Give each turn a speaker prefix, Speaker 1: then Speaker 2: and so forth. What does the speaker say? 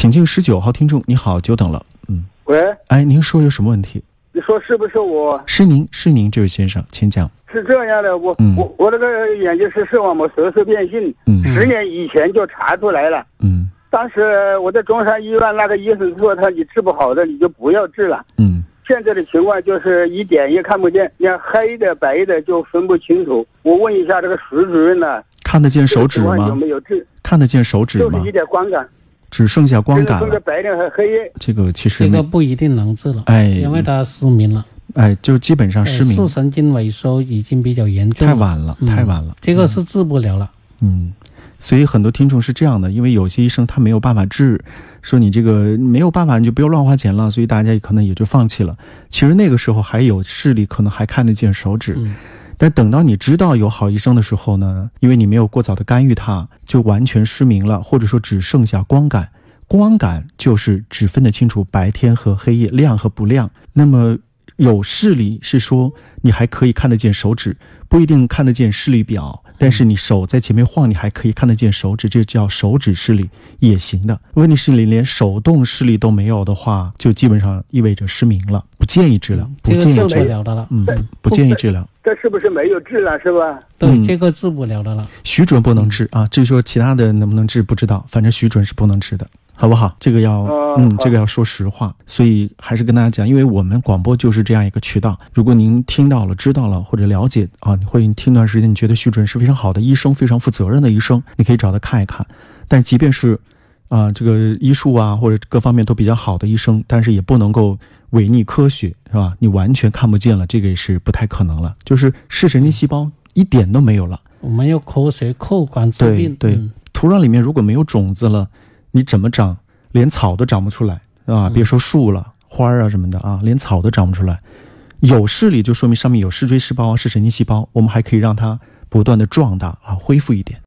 Speaker 1: 请进十九号听众，你好，久等了。嗯，
Speaker 2: 喂，
Speaker 1: 哎，您说有什么问题？
Speaker 2: 你说是不是我？
Speaker 1: 是您，是您，这位先生，请讲。
Speaker 2: 是这样的，我、
Speaker 1: 嗯
Speaker 2: 我我这个眼睛是视网膜舌色变性，
Speaker 1: 嗯
Speaker 2: 十年以前就查出来了。
Speaker 1: 嗯
Speaker 2: 当时我在中山医院，那个医生说他你治不好的你就不要治了。
Speaker 1: 嗯
Speaker 2: 现在的情况就是一点也看不见，连黑的白的就分不清楚。我问一下这个石主任呢，
Speaker 1: 看得见
Speaker 2: 这
Speaker 1: 手
Speaker 2: 个
Speaker 1: 指
Speaker 2: 情况有
Speaker 1: 吗？
Speaker 2: 没有治？
Speaker 1: 看得见手指
Speaker 2: 就
Speaker 1: 吗
Speaker 2: 是一？点光感，
Speaker 1: 只剩下光
Speaker 2: 就是
Speaker 1: 感
Speaker 2: 分
Speaker 1: 了
Speaker 2: 个。白的和黑的。
Speaker 1: 这个其实
Speaker 3: 这个
Speaker 1: 没，
Speaker 3: 不一定能治了，
Speaker 1: 哎
Speaker 3: 因为他失明了，
Speaker 1: 哎，就基本上
Speaker 3: 呃
Speaker 1: 失
Speaker 3: 视
Speaker 1: 明，
Speaker 3: 神经萎缩已经比较严重
Speaker 1: 太
Speaker 3: 了，
Speaker 1: 晚了，
Speaker 3: 嗯
Speaker 1: 太晚了。
Speaker 3: 这个是治不了了。
Speaker 1: 嗯，所以很多听众是这样的，因为有些医生他没有办法治，说你这个没有办法，你就不要乱花钱了，所以大家可能也就放弃了。其实那个时候还有视力，可能还看得见手指，
Speaker 3: 嗯
Speaker 1: 但等到你知道有好医生的时候呢，因为你没有过早的干预它，就完全失明了，或者说只剩下光感。光感就是只分得清楚白天和黑夜，亮和不亮。那么有视力是说你还可以看得见手指，不一定看得见视力表，但是你手在前面晃，你还可以看得见手指，这叫手指视力也行的。问题是你连手动视力都没有的话，就基本上意味着失明了，不建议治疗，不
Speaker 3: 嗯这
Speaker 1: 建
Speaker 3: 个
Speaker 1: 议
Speaker 3: 治
Speaker 1: 治
Speaker 3: 不
Speaker 1: 疗，
Speaker 3: 了的了，
Speaker 1: 嗯，不不建议治疗。
Speaker 2: 这是不是没有治了是吧？
Speaker 3: 对，
Speaker 1: 嗯
Speaker 3: 这个治不了的了。
Speaker 1: 徐准不能治啊，至于说其他的能不能治不知道，反正徐准是不能治的，好不好？这个要，
Speaker 2: 哦
Speaker 1: 嗯
Speaker 2: 好，
Speaker 1: 这个要说实话，所以还是跟大家讲，因为我们广播就是这样一个渠道。如果您听到了、知道了或者了解啊，你会听段时间，你觉得徐准是非常好的医生，非常负责任的医生，你可以找他看一看。但即便是啊、这个医术啊或者各方面都比较好的医生，但是也不能够违逆科学，是吧？你完全看不见了，这个也是不太可能了。就是视神经细胞一点都没有了。
Speaker 3: 我们要科学客观治
Speaker 1: 对
Speaker 3: 病，
Speaker 1: 对
Speaker 3: 嗯，
Speaker 1: 土壤里面如果没有种子了，你怎么长？连草都长不出来啊！
Speaker 3: 嗯
Speaker 1: 别说树了、花儿啊什么的啊，连草都长不出来。有视力就说明上面有视锥细胞、视神经细胞，我们还可以让它不断的壮大啊，恢复一点。